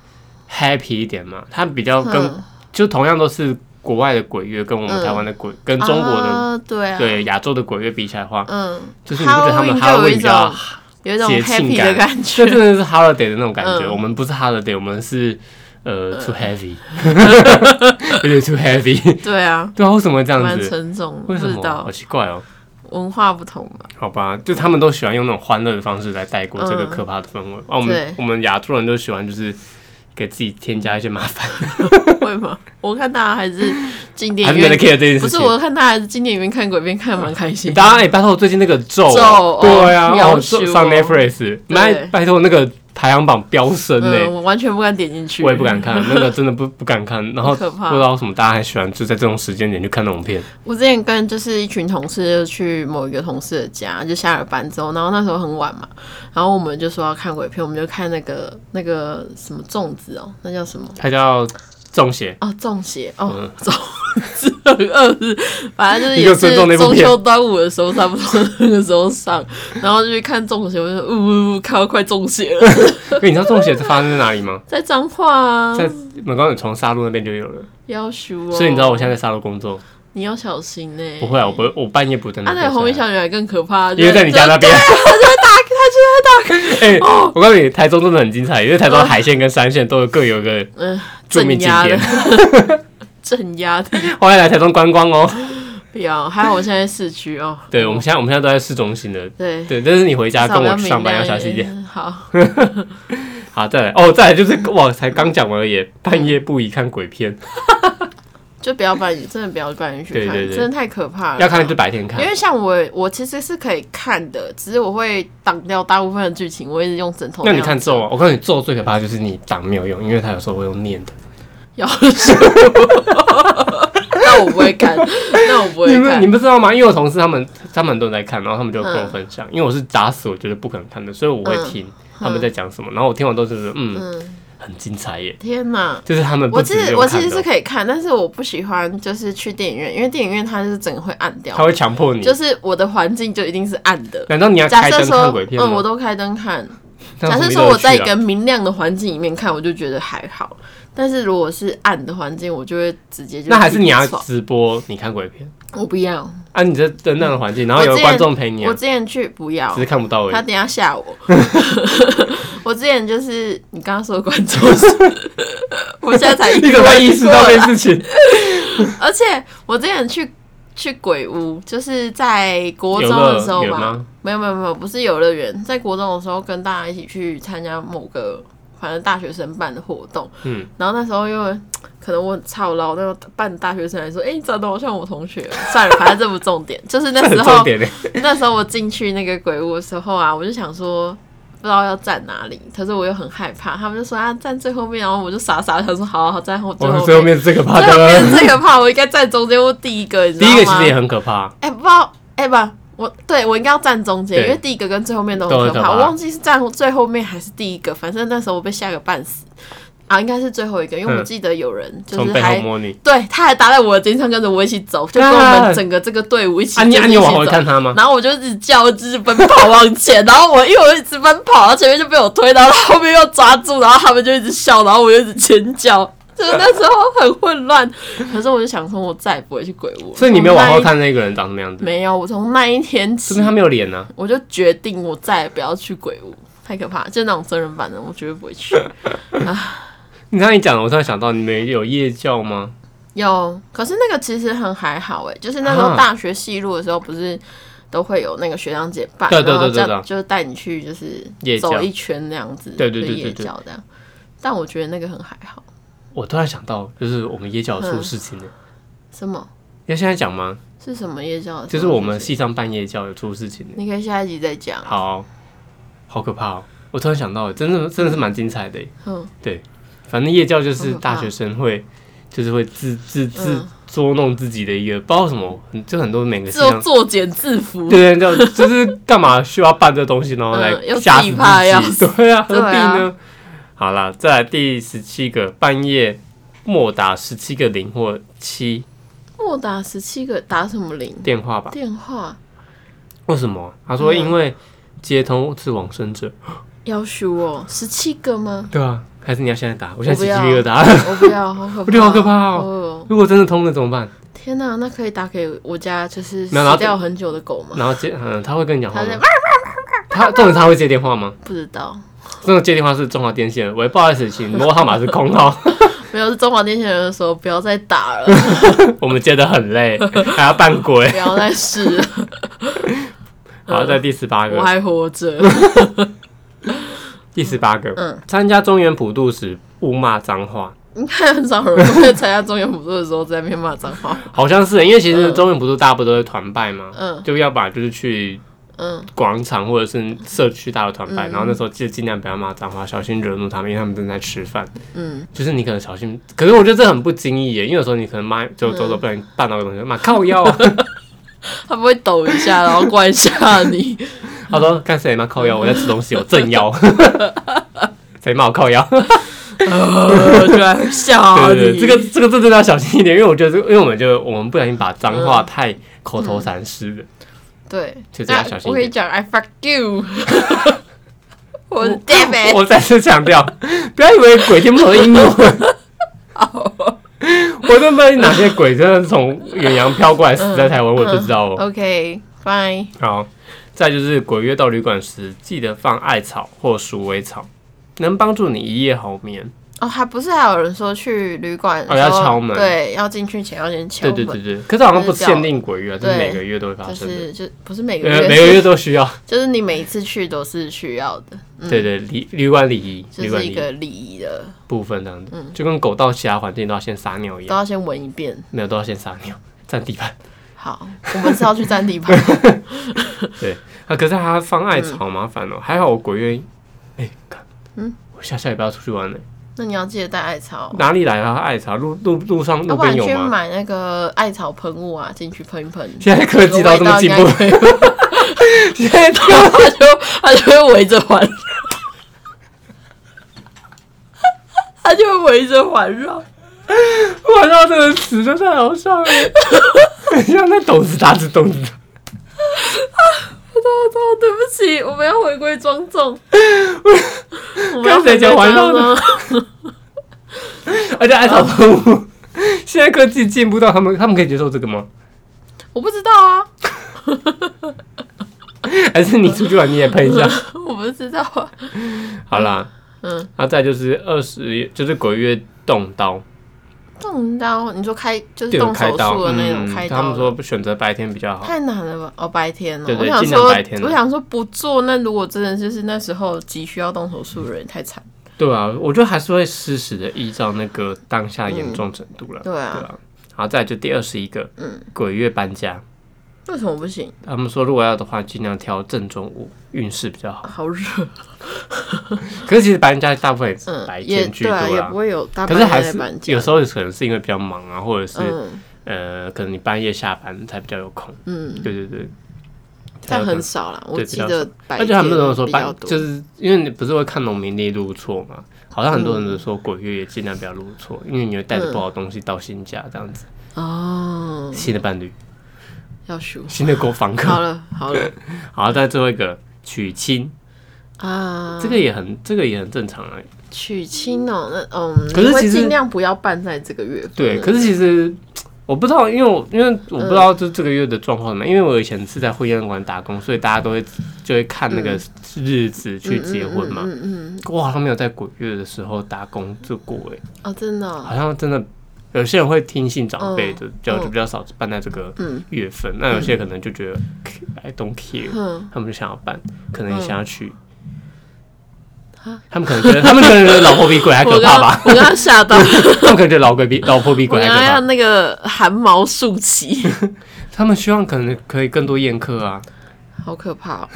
A: happy 一点吗？它比较跟
B: 嗯
A: 就同样都是国外的鬼月，跟我们
B: 嗯
A: 台湾的鬼，跟中国的
B: 啊对啊，
A: 对亚洲的鬼月比起来的话，
B: 嗯，
A: 就是你不觉得他们 Halloween
B: Halloween 就有一
A: 比较
B: 种有一种
A: 节庆
B: happy
A: 感
B: 的感
A: 这真
B: 觉，
A: 的是 holiday 的那种感觉。
B: 嗯
A: 我们不是 holiday，我们是呃 too heavy，有点 too heavy。
B: 对啊，
A: 对啊，为什么会这样
B: 蛮
A: 子？
B: 沉重，不
A: 为什
B: 知
A: 么？
B: 道
A: 好奇怪哦。
B: 文化不同 嘛，
A: 好吧，就他们都喜欢用那种欢乐的方式来带过这个
B: 嗯
A: 可怕的氛围。啊，我们
B: 对
A: 我们亚洲人就喜欢就是给自己添加一些麻烦，
B: 会吗？我看大家还是进 电
A: 还
B: 影
A: 是没
B: 院
A: 人 care 这件
B: 不
A: 事
B: 是，
A: 情。
B: 我看他还是今年里面看鬼片看得蛮开心的。
A: 当然，哎、拜托，最近那个咒，
B: 咒
A: 对啊，
B: 哦
A: 哦，
B: 要修
A: 咒上 Netflix，拜拜托那个排行榜飙升呢、
B: 嗯，我完全不敢点进去，
A: 我也不敢。看，那个真的不不敢看。然后
B: 很
A: 不
B: 可
A: 知
B: 怕
A: 道为什么大家还喜欢就在这种时间点去看那种片，
B: 我之前跟就是一群同事就去某一个同事的家，就下了班之后，然后那时候很晚嘛，然后我们就说要看鬼片，我们就看那个那个什么粽子哦，那叫什么？
A: 它叫中邪。
B: 哦，中邪哦，
A: 嗯，
B: 很饿是，反正就是也
A: 你就尊
B: 是
A: 重那部
B: 中
A: 片
B: 秋端午的时候，差不多那个时候上，然后就去看中邪，我就说呜呜呜，看到快中邪了，
A: 因为你知道中邪发生在哪里吗？
B: 在脏话啊，
A: 在美高远从沙鹿那边就有了，
B: 要修哦，
A: 所以你知道我现在在沙鹿工作，
B: 你要小心呢、
A: 不会啊，我不会，我半夜不会在那
B: 啊，
A: 边
B: 那
A: 下
B: 个
A: 来。
B: 红衣小女孩更可怕，
A: 因为在你家那边，哎、
B: 哦
A: 我告诉你，台中真的很精彩，因为台中的海线跟山线都有各有一个
B: 嗯、呃，
A: 著名
B: 镇
A: 景
B: 压的
A: 点，，
B: 镇压的，
A: 欢迎来台中观光哦。
B: 不要，还好我现在在市区哦，
A: 对，我们现在我们现在都在市中心的，
B: 对，
A: 对，但是你回家
B: 至少
A: 跟
B: 不
A: 我去
B: 明
A: 上班要
B: 亮
A: 小心一点。
B: 点，好，
A: 好，再来哦，再来就是哇，才刚讲完而已，半夜不宜看鬼片，
B: 就不要半夜，真的不要半夜去
A: 对
B: 看，
A: 对对
B: 真的太可怕了，
A: 要看就白天看
B: 因。为像我，我其实是可以看的，只是我会挡掉大部分的剧情，我一直用枕头
A: 那
B: 样。
A: 你看咒啊，我告诉你，咒最可怕的就是你挡没有用，因为它有时候会用念的。
B: 要是我那我不会看，那我不
A: 你
B: 会
A: 们你
B: 看。
A: 们知道吗？因为我同事他们他们都在看，然后他们就跟我
B: 嗯
A: 分享，因为我是打死我觉得不可能看的，所以我会
B: 嗯
A: 听他们在讲什么，然后我听完都是觉得嗯
B: 嗯，
A: 很精彩耶，
B: 天哪！
A: 就是他们不
B: 我
A: 只
B: 其实
A: 有
B: 我其
A: 看
B: 实是
A: 的，
B: 可以看，但是我不喜欢就是去电影院，因为电影院它就是整个会暗掉
A: 他，会强迫你
B: 就。是我的环境就一定是暗的。
A: 难道你要
B: 假
A: 开
B: 设
A: 灯
B: 说
A: 看鬼，片
B: 嗯，我
A: 吗？
B: 都开灯看。
A: 那
B: 假
A: 什
B: 设
A: 么
B: 说我在一
A: 意思啊
B: 个明亮的环境里面看，我就觉得还好。但是如果是暗的环境，我就会直接就
A: 那还是你要
B: 起床
A: 直播你看鬼片
B: 我不要，
A: 啊？你在灯亮的环境，然后
B: 我
A: 有
B: 之
A: 观
B: 前
A: 众陪你
B: 我
A: 啊，
B: 之前去不要
A: 只，是看不到而已
B: 他。等一下 吓我。我之前就是你刚刚说的观众是， 我现在才
A: 你怎么意识到这件事情？
B: 而且我之前去去鬼屋，就是在 国
A: 有
B: 中的时
A: 乐
B: 候
A: 园
B: 吧，
A: 吗？
B: 没有没有没有，不是游乐园，在国中的时候跟大家一起去参加某个反正大学生办的活动，
A: 嗯，
B: 然后那时候因为可能我很操劳，那个办大学生来说，哎、你长得好像我同学哦，算了，反正这不 重点，就是那
A: 这很
B: 时
A: 重
B: 候
A: 点嘞。
B: 那时候我进去那个鬼屋的时候啊，我就想说不知道要站哪里，可是我又很害怕。他们就说啊站最后面，然后我就傻傻的想说好好好站后最
A: 我们
B: 后面。
A: 哦最后面是最可怕
B: 最后面
A: 的，
B: 最可怕，我应该站中间或第一个，你知
A: 第
B: 道
A: 一
B: 吗？
A: 个其实也很可怕，
B: 哎、不知道哎、不，我对我应该要站中间，
A: 对
B: 因为第一个跟最后面都很
A: 都很
B: 可怕。
A: 可怕
B: 我忘记是站最后面还是第一个，反正那时候我被吓个半死啊，应该是最后一个，因为我
A: 嗯
B: 记得有人就
A: 从
B: 是
A: 背
B: 还
A: 后摸你。
B: 对，他还搭在我的肩上，跟着我一起走，就跟我
A: 啊
B: 们整个这个队伍一起。
A: 啊，你啊，
B: 就是
A: 你
B: 一
A: 有
B: 起
A: 往回
B: 走
A: 看他吗？
B: 然后我就一直叫，就是奔跑往前，然后我因为我一直奔跑，然后前面就被我推到，然后后面又抓住，然后他们就一直笑，然后我就一直尖叫，就是那时候很混乱。可是我就想说，我再也不会去鬼屋了。
A: 所以你没有往后
B: 从
A: 看那个人长什么样
B: 那一，
A: 子，
B: 没有。我从那一天
A: 是
B: 起
A: 不是，他没有脸啊呢？
B: 我就决定我再也不要去鬼屋，太可怕，就那种真人版的，我绝对不 会去。
A: 你刚才一讲了，我突然想到，你们有夜教吗？
B: 有，可是那个其实很还好哎、就是那时候
A: 啊
B: 大学戏路的时候，不是都会有那个学长姐办，
A: 对对
B: 然后
A: 对对
B: 这样
A: 对
B: 就是带你去就是
A: 夜
B: 走
A: 教
B: 一圈那样子，
A: 对对对
B: 就
A: 对
B: 夜
A: 对
B: 教这样。但我觉得那个很还好，
A: 我突然想到，就是我们夜教有出事情
B: 嗯
A: 了，
B: 什么
A: 要现在讲吗？
B: 是什么夜教的时
A: 就是
B: 候？
A: 我们系上办夜教有出事情了，
B: 你可以下一集再讲。
A: 好，好可怕哦！我突然想到，真的真的是蛮精彩的耶。
B: 嗯，
A: 反正夜教就是
B: 好可怕
A: 大学生会，就是会自自自
B: 嗯
A: 捉弄自己的一个，不知道为什么，很就很多每个系
B: 做
A: 上，
B: 作茧自缚，
A: 对对对，就就是干嘛需要办这东西，然后来
B: 嗯又
A: 吓
B: 自己
A: 死
B: 怕要
A: 自己， 对啊，何
B: 对
A: 必
B: 啊
A: 呢？好啦，再来第十七个，半夜默打十七个零或七，
B: 哦我打十七个，打什么零？
A: 电话吧？
B: 电话
A: 为什么？他
B: 嗯
A: 说因为接通是往生者。
B: 要求哦，十七个吗？
A: 对啊，还是你要现在打？我现在
B: 我不
A: 起鸡
B: 要
A: 皮疙瘩。
B: 我不要，好 可怕，
A: 我觉得好可怕哦
B: 哦！
A: 如果真的通了怎么办？
B: 天哪，那可以打给我家就是死
A: 没有然后
B: 掉很久的狗吗？
A: 然后 接，嗯，他会跟你讲话
B: 他在啊
A: 吗？他重点是他会接电话吗？
B: 不知道，
A: 这种接电话是中华电信的，喂，不好意思，请拨号码是空号，
B: 没有是中华电信人说不要再 打了，
A: 我们接的很累，还要扮鬼
B: 不。要再试 了，
A: 好，在第十八
B: 我
A: 个，
B: 还活着。
A: 第十八个，
B: 嗯
A: 参加中原普渡时互骂脏话，
B: 应该很少有人会参加中原普渡的时候在那边骂脏 话。
A: 好像是，因为其实中原普渡大家不都是团拜吗？
B: 嗯
A: 就要把就是去
B: 嗯，
A: 广场或者是社区大的团拜，
B: 嗯
A: 然后那时候记得尽量不要骂脏话，小心惹怒他们，因为他们正在吃饭。
B: 嗯，
A: 就是你可能小心，可是我觉得这很不经意耶，因为有时候你可能骂就走走，不
B: 嗯
A: 然绊到个东西，骂靠腰 啊，
B: 他不会抖一下，然后怪一下 你。
A: 他说干谁骂靠腰，我在吃东西，我正 腰，谁骂我靠腰？
B: 呃，居然吓
A: 对
B: 哦
A: 对对，
B: 你！
A: 这个这个真的要小心一点，因为我觉得这个，因为我们就我们不小心把脏
B: 嗯
A: 话太口头禅式了，
B: 对，
A: 就这样小心一点
B: 那我可以讲 I fuck you，我 damn it，
A: 我再次强调，不要以为鬼听不懂英 文。
B: 哦
A: 我都不知道哪些鬼真的从远洋飘过来死
B: 嗯
A: 在台湾，我也不知道哦。
B: OK fine，
A: 好，再就是鬼月到旅馆时，记得放艾草或鼠尾草，能帮助你一夜好眠。
B: 哦，还不是还有人说去旅馆
A: 哦要
B: 说
A: 敲门
B: 对，要进去前要先敲
A: 对
B: 门，
A: 对对对，可是好像不限定鬼月啊，这是
B: 对
A: 每个月都会发
B: 就
A: 生的，
B: 是就不是每个
A: 呃，
B: 月，
A: 每个月都需要。
B: 就是你每一次去都是需要的，
A: 对对，旅旅馆礼仪，
B: 嗯就
A: 旅馆礼
B: 是一
A: 仪
B: 个礼仪的，
A: 部分这样子，就跟狗到其他环境都要先撒尿一
B: 都
A: 样，
B: 要先闻一遍。
A: 没有都要先撒尿，占地盘。
B: 好，我们是要去占地盘，
A: 对啊，可是还要放
B: 嗯
A: 艾草，麻烦哦。还好我鬼月，哎、看，嗯，我下下礼拜要出去玩呢、
B: 那你要记得带艾草。
A: 哪里来啊艾草？路路路上
B: 要
A: 路
B: 啊不
A: 边
B: 然
A: 有
B: 去
A: 吗？
B: 买那个艾草喷雾啊，进去喷一喷，
A: 现在科技到这么进步，
B: 这个味道应该可以
A: 现在
B: 他就他就会围着环绕，他就会围着环绕。
A: 我到这个词真的太好笑了，很像在懂子打子懂子打。
B: 糟糟，对不起，我们要回归庄 重。我们要
A: 跟谁讲环绕呢
B: 回归庄重？
A: 而且艾草喷雾，现在科技进步到他们他们可以接受这个吗？
B: 我不知道 啊，
A: 还是你出去玩你也喷一下？
B: 我不知道啊。
A: 好啦，
B: 嗯
A: 嗯，那再就是二十，就是鬼月动刀，
B: 动刀，你说开就是
A: 对，
B: 动
A: 开
B: 手
A: 刀
B: 术的那种
A: 嗯
B: 开刀的，
A: 他们说选择白天比较好。
B: 太难了吧？哦，白天哦，
A: 对对
B: 我想
A: 尽量
B: 说
A: 白天，啊
B: 我想说不做。那如果真的就是那时候急需要动手术的人，太惨。
A: 对啊，我觉得还是会适时的依照那个当下严重程度了。
B: 对
A: 对
B: 啊，
A: 啊，好，再来就第二十一个，
B: 嗯
A: 鬼月搬家，
B: 为什么不行？
A: 他们说如果要的话，尽量挑正中午，运势比较好。
B: 好 热，
A: 可是其实搬家大部分也是
B: 嗯，
A: 白
B: 也
A: 天居
B: 对
A: 多
B: 啊，也
A: 啦
B: 不，会有大
A: 可
B: 半
A: 是
B: 夜
A: 还
B: 在
A: 是
B: 搬家
A: 有。时候可能是因为比较忙啊，或者是、
B: 嗯
A: 呃，可能你半夜下班才比较有空。
B: 嗯，
A: 对对对，才
B: 但
A: 有可
B: 很
A: 能。
B: 少啦，我
A: 对
B: 记
A: 比较
B: 得白
A: 而且他们那时候说
B: 比较
A: 搬，
B: 多
A: 就。是因为你不是会看农民历入错嘛，好像很多人
B: 嗯
A: 都说鬼月也尽量不要入错，因为你会带着不好的东西到新家这样子。
B: 嗯哦，
A: 新的伴侣、
B: 要数
A: 新的购房
B: 好
A: 客。
B: 了 好了
A: 好，再最后一个娶亲，
B: 啊，
A: 这个也很这个也很正常啊。
B: 娶亲哦，那嗯，
A: 可是
B: 你会
A: 其实
B: 尽量不要办在这个月份。
A: 对，可是其实我不知道，因为我因为我不
B: 嗯
A: 知道就这个月的状况嘛，因为我以前是在婚宴馆打工，所以大家都会就会看那个日子去结婚嘛。
B: 嗯嗯嗯嗯嗯嗯
A: 我好像没有在鬼月的时候打工做过诶、
B: 哦，真的哦，
A: 好像真的有些人会听信长辈
B: 嗯
A: 的，就就
B: 嗯
A: 比较少办在这个
B: 嗯
A: 月份。那有些可能就觉得 I don't care，
B: 嗯
A: 他们就想要办，可能也想要去
B: 啊。
A: 他们可能觉得，他们可能觉得老婆比鬼还可
B: 我
A: 怕
B: 刚
A: 吧？
B: 我刚刚 吓到，
A: 他们可能觉得老鬼比老婆比
B: 我
A: 鬼还
B: 刚
A: 可
B: 刚要
A: 怕。
B: 那个汗毛竖起，
A: 他们希望可能可以更多宴客啊，
B: 好可 怕、哦。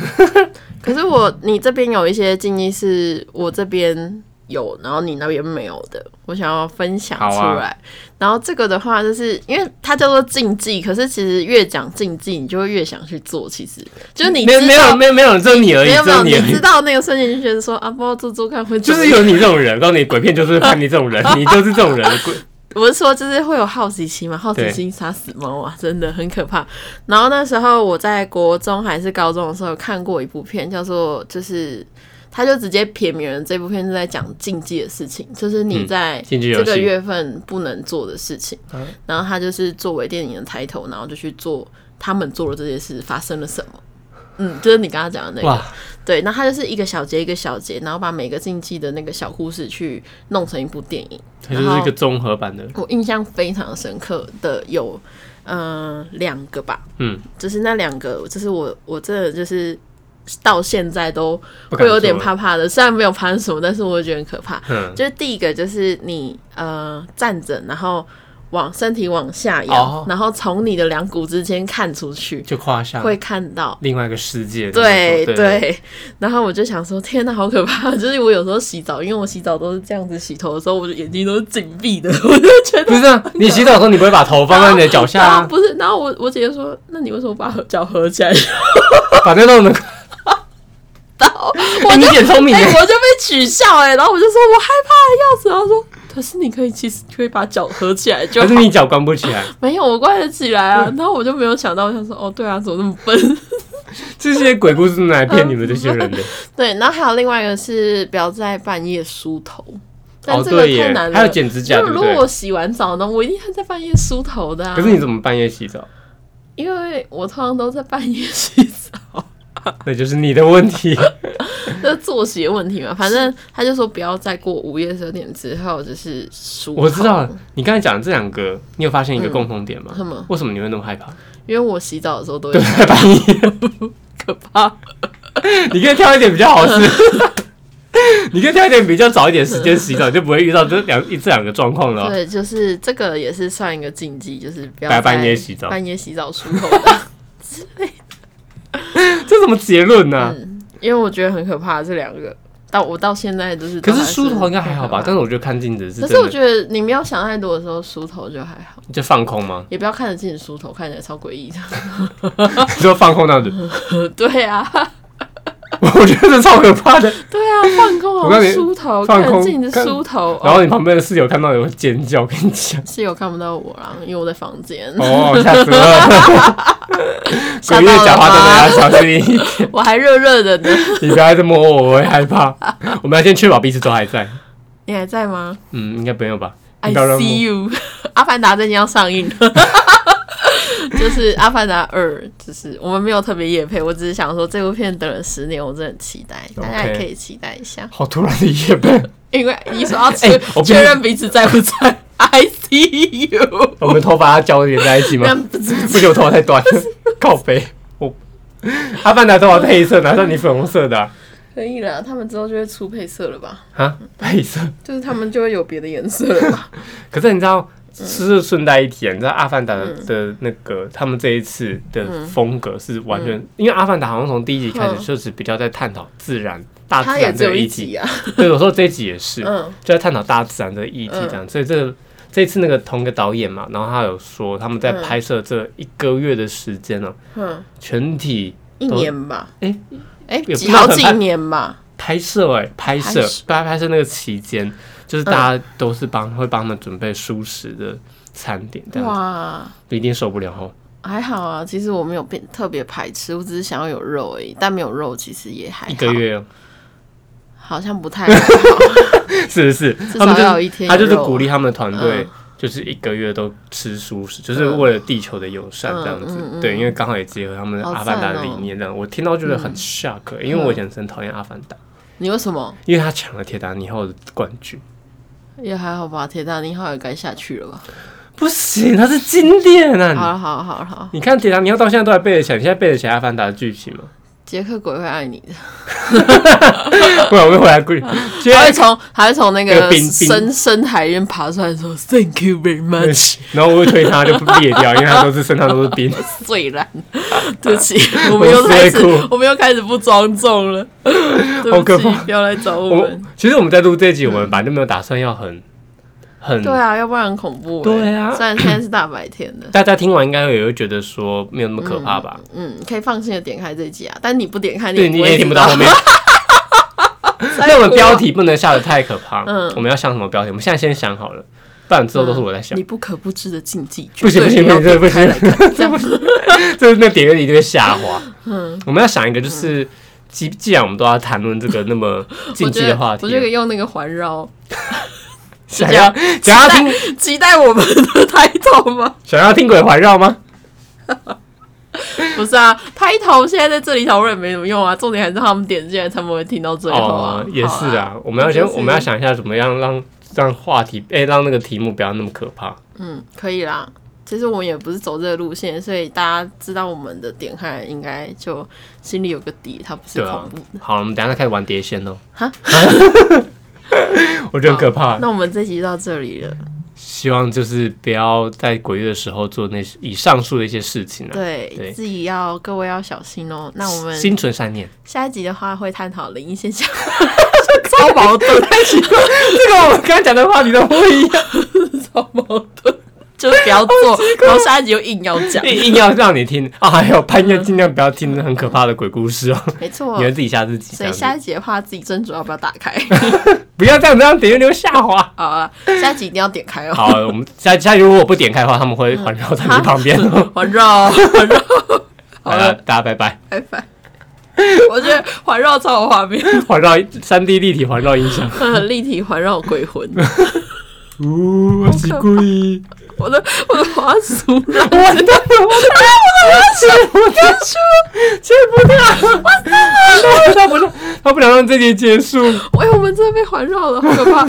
B: 可是我你这边有一些禁忌是我这边有，然后你那边没有的，我想要分享
A: 好
B: 出
A: 啊
B: 来。然后这个的话，就是因为它叫做禁忌，可是其实越讲禁忌，你就会越想去做。其实就是你
A: 没
B: 知
A: 有
B: 道
A: 没有没有没有，只有你而已，
B: 没有
A: 只
B: 没有，
A: 你而
B: 你知
A: 已。
B: 道那个瞬间就觉得说啊，不知道做做看会怎
A: 就
B: 么
A: 是
B: 样
A: 有你这种人，告诉你鬼片就是看你这种人，你就是这种人。鬼
B: 我是说，就是会有好奇心嘛，好奇心杀死猫啊，真的很可怕。然后那时候我在国中还是高中的时候有看过一部片，叫做就是。他就直接撇名人，这部片是在讲禁忌的事情，就是你
A: 嗯
B: 在
A: 禁忌游
B: 这个
A: 戏
B: 月份不能做的事情。
A: 啊
B: 然后他就是作为电影的抬头，然后就去做他们做了这些事发生了什么。嗯，就是你刚刚讲的那个。
A: 哇，
B: 对，那它就是一个小节一个小节，然后把每个禁忌的那个小故事去弄成一部电影。
A: 它就是一个综合版的，
B: 我印象非常深刻的有，嗯，两个吧，
A: 嗯，
B: 就是那两个，就是我我真的就是到现在都
A: 不
B: 会
A: 敢
B: 有点
A: 做
B: 怕怕的，虽然没有发生什么，但是我会觉得很可怕。
A: 嗯，
B: 就是第一个就是你呃站着，然后往身体往下摇，
A: 哦嗯
B: 然后从你的两股之间看出去，
A: 就跨上
B: 会看到
A: 另外一个世界的那
B: 对
A: 种。
B: 对，然后我就想说，天哪，好可怕！就是我有时候洗澡，因为我洗澡都是这样子洗头的时候，我的眼睛都是紧闭的， 我就觉得
A: 不。是、 啊、你洗澡的时候，你不会把头放在你的脚下、
B: 然后
A: 啊，
B: 不是，然后 我我姐姐说，那你为什么把脚合起来？
A: 哎把那弄的。
B: 然后我
A: 哎你
B: 就
A: 姐聪明
B: 哎、
A: 耶，
B: 我就被取笑哎、然后我就说我害怕的要死。然后说，可是你可以其实可以把脚合起来就
A: 可
B: 好
A: 是你脚关不起来，
B: 没有，我关得起来啊。然后我就没有想到，我想说，哦，对啊，怎么 那么笨？
A: 这些鬼故事是拿来骗你们这些人的。
B: 对，然后还有另外一个是不要在半夜梳头，但
A: 哦，
B: 这个
A: 对
B: 太
A: 耶
B: 难，了。
A: 还有剪指甲，
B: 就
A: 对不
B: 如果我
A: 对？
B: 洗完澡呢，我一定会在半夜梳头的、啊。
A: 可是你怎么半夜洗澡？
B: 因为我通常都在半夜 洗澡，
A: 那就是你的问 题。
B: 这作息的问题嘛。反正他就说不要再过午夜十二点之后，就是梳头。
A: 我知道了，你刚才讲的这两个，你有发现一个共同点吗？
B: 什么？
A: 为什么你会那么害怕？
B: 因为我洗澡的时候都会
A: 对，半夜，
B: 可怕。
A: 你可以挑一点比较好吃， 你可以挑一点比较早一点时间洗澡，就不会遇到这两一这两个状况了哦。
B: 对，就是这个也是算一个禁忌，就是不要
A: 白
B: 在
A: 半夜洗澡
B: 半夜洗澡梳头的。
A: 这什么结论啊呢、
B: 因为我觉得很可怕，这两个到我到现在就是都
A: 可
B: 还。
A: 是梳头应该还好 吧？但
B: 是
A: 是我觉得看镜子是
B: 可
A: 真
B: 是我
A: 的，
B: 觉得你没有想太多的时候梳头就还好，
A: 你就放空吗？
B: 也不要看得见梳头，看起来超诡异的。
A: 你说放空那样子，
B: 对啊，
A: 我觉得超可怕的。
B: 对啊，放空
A: 我告
B: 好
A: 诉你
B: 梳头，
A: 放
B: 看
A: 空
B: 得见你的梳头，
A: 然后
B: 哦、
A: 你旁边的室友看到也会尖叫，我跟你 讲。
B: 室友看不到我啦，因为我在房间，
A: 哦，吓死了！
B: 吓
A: 鬼月
B: 到
A: 讲话真的要
B: 了吗？
A: 小心一点。
B: 我还热热的呢，
A: 你不要再摸我，我会害怕。我们要先确保彼此都还在。
B: 你还在吗
A: 嗯，应该没有吧？你
B: ？I
A: 不要乱
B: see
A: 摸。
B: you，阿 凡达最近要上映了。 就是《阿凡达二》，就是我们没有特别夜配，我只是想说这部片等了十年，我真的很期待，大家也
A: OK
B: 可以期待一下。
A: 好突然的夜班，
B: 因为你说要确、
A: 哎我必须
B: 确认彼此在不在，I see you，
A: 我们头发要交连在一起吗
B: 那？不知
A: 不行，我头发太短， 靠背。我阿凡达头发配色，哪像你粉红色的啊
B: 可以了，他们之后就会出配色了吧？
A: 啊？配色。
B: 就是他们就会有别的颜色 了吧？
A: 可是你知道，是顺带一提啊，你知道《阿凡达》
B: 嗯
A: 的那个他们这一次的风格是完全，因为《阿凡达》好像从第一集开
B: 嗯
A: 始就是比较在探讨自然、大
B: 它
A: 啊自
B: 也
A: 然
B: 只有
A: 的
B: 一
A: 议题
B: 集。啊，
A: 对，我说这一集也是，
B: 嗯
A: 就在探讨大自然的议题这样。所以这个这一次那个同一个导演嘛，然后他有说他们在
B: 嗯
A: 拍摄这一个月的时间呢、
B: 嗯，
A: 全体
B: 一年吧，
A: 哎
B: 哎，
A: 也
B: 几
A: 不是
B: 好
A: 很
B: 几
A: 拍
B: 年吧，
A: 拍摄哎、拍摄
B: 拍摄嗯
A: 拍拍摄那个期间，就是大家都是帮、会帮他们准备舒适的餐点这样子，
B: 哇，
A: 一定受不了哦。
B: 还好啊。其实我没有变特别排斥，我只是想要有肉而已，但没有肉其实也还好
A: 一个月哦，
B: 好像不太好，
A: 是不是？
B: 至
A: 他们
B: 少
A: 就
B: 要有
A: 是
B: 一天有
A: 他就是
B: 肉
A: 鼓励他们的团队
B: 嗯，
A: 就是一个月都吃素食，就是为了地球的友善这样
B: 嗯嗯
A: 子
B: 嗯。
A: 对，因为刚好也结合他们的
B: 好
A: 阿凡达
B: 赞
A: 的
B: 哦嗯
A: 理念，这样我听到觉得很 shock，因为我以前很讨厌阿凡达，
B: 你为什么？
A: 因为他抢了铁达尼号的冠军。
B: 也还好吧，铁达尼号也该下去了吧？
A: 不行，它是经典
B: 好
A: 啊！
B: 了，好了，好了，好了，
A: 你看铁达尼号到现在都还背得起来，你现在背得起阿凡达的剧情 吗？
B: 杰克鬼 会爱你的，
A: 不然我会回来 故意。今
B: 还会
A: 天
B: 从还会从那
A: 那个
B: 个
A: 冰冰
B: 深深海里面爬出来说 Thank you very much，
A: 然后我会推他就裂掉，因为他都是身上都是冰。
B: 最烂，对不起，我们又开始
A: 嗯我直接哭，
B: 我们又开始不庄重了，对
A: 好
B: 不
A: 可
B: 起
A: 怕，
B: 不要来找我
A: 我
B: 们。嗯
A: 其实我们在录这一集，我们本来就没有打算要很很
B: 对啊，要不然很恐怖欸。
A: 对啊，
B: 虽然现在是大白天的
A: 大家听完应该也会觉得说没有那么可怕吧？
B: 嗯，可以放心的点开这一集啊，但你不点开，
A: 对，
B: 也
A: 你
B: 不会
A: 也听不到后 面。
B: 知道。
A: 那我们标题不能下的太可怕，
B: 嗯
A: 我们要想什么标题？我们现在先想好了，不然之后都是我在想
B: 你。不可不知的禁忌，
A: 不行不行
B: 绝
A: 不行，这不行
B: 嗯对要 点开来看，这样
A: 就是那点阅率就会下滑。嗯，我们要想一个，就是既既然我们都要谈论这个那 么禁
B: 我
A: 忌
B: 觉
A: 的
B: 得
A: 话
B: 我觉得
A: 题，啊
B: 用那个环绕，
A: 想要想要听
B: 期待期待我们的 title 吗？
A: 想要听鬼环绕吗？
B: 不是啊，title 现在在这里讨论也没什么用啊，重点还是他们点进来，他们会听到最后啊。
A: 哦，也是
B: 好啊，
A: 啊，我们要先
B: 就是
A: 我们要想一下怎么样让让话题哎、让那个题目不要那么可怕。
B: 嗯，可以啦。其实我们也不是走这个路线，所以大家知道我们的点开来，应该就心里有个底，它不是
A: 对啊
B: 恐怖。
A: 好，我们等一下再开始玩碟仙喽
B: 哈。
A: 我觉得很可怕，
B: 那我们这集就到这里了，
A: 希望就是不要在鬼月的时候做那些以上述的一些事情啊，
B: 对
A: 对
B: 自己要各位要小心哦。那我们
A: 心存善念。
B: 下一集的话会探讨灵异 现象，超矛盾，
A: 这个我们刚才讲的话题都不 一样，
B: 超矛盾，就是不要做，然后下一集又硬要讲，
A: 硬硬要让你听啊！还
B: 嗯
A: 有半夜尽量不要听很可怕的鬼故事哦，
B: 没错
A: 你。会自己吓自己。
B: 所以
A: 这样
B: 下一集的话，自己斟酌要不要打 开。
A: 子不要这样子让点阅率下滑。
B: 好啊，下一集一定要点开哦。
A: 好，我们下下一集如果我不点开的话，他们会环绕在你旁边哦。
B: 环绕，环绕，好
A: 好了，
B: 了，
A: 大家拜拜。
B: 拜拜。我觉得环绕超有画面，
A: 环绕三 D 立体环绕音响，
B: 很立体环绕鬼魂。
A: 呜，我哦是 鬼。
B: 我的我的滑鼠了，
A: 我 的我的吃不掉，吃不掉， 我操！他不他不想让这集结束。
B: 哎，我们真的被环绕了，好可怕。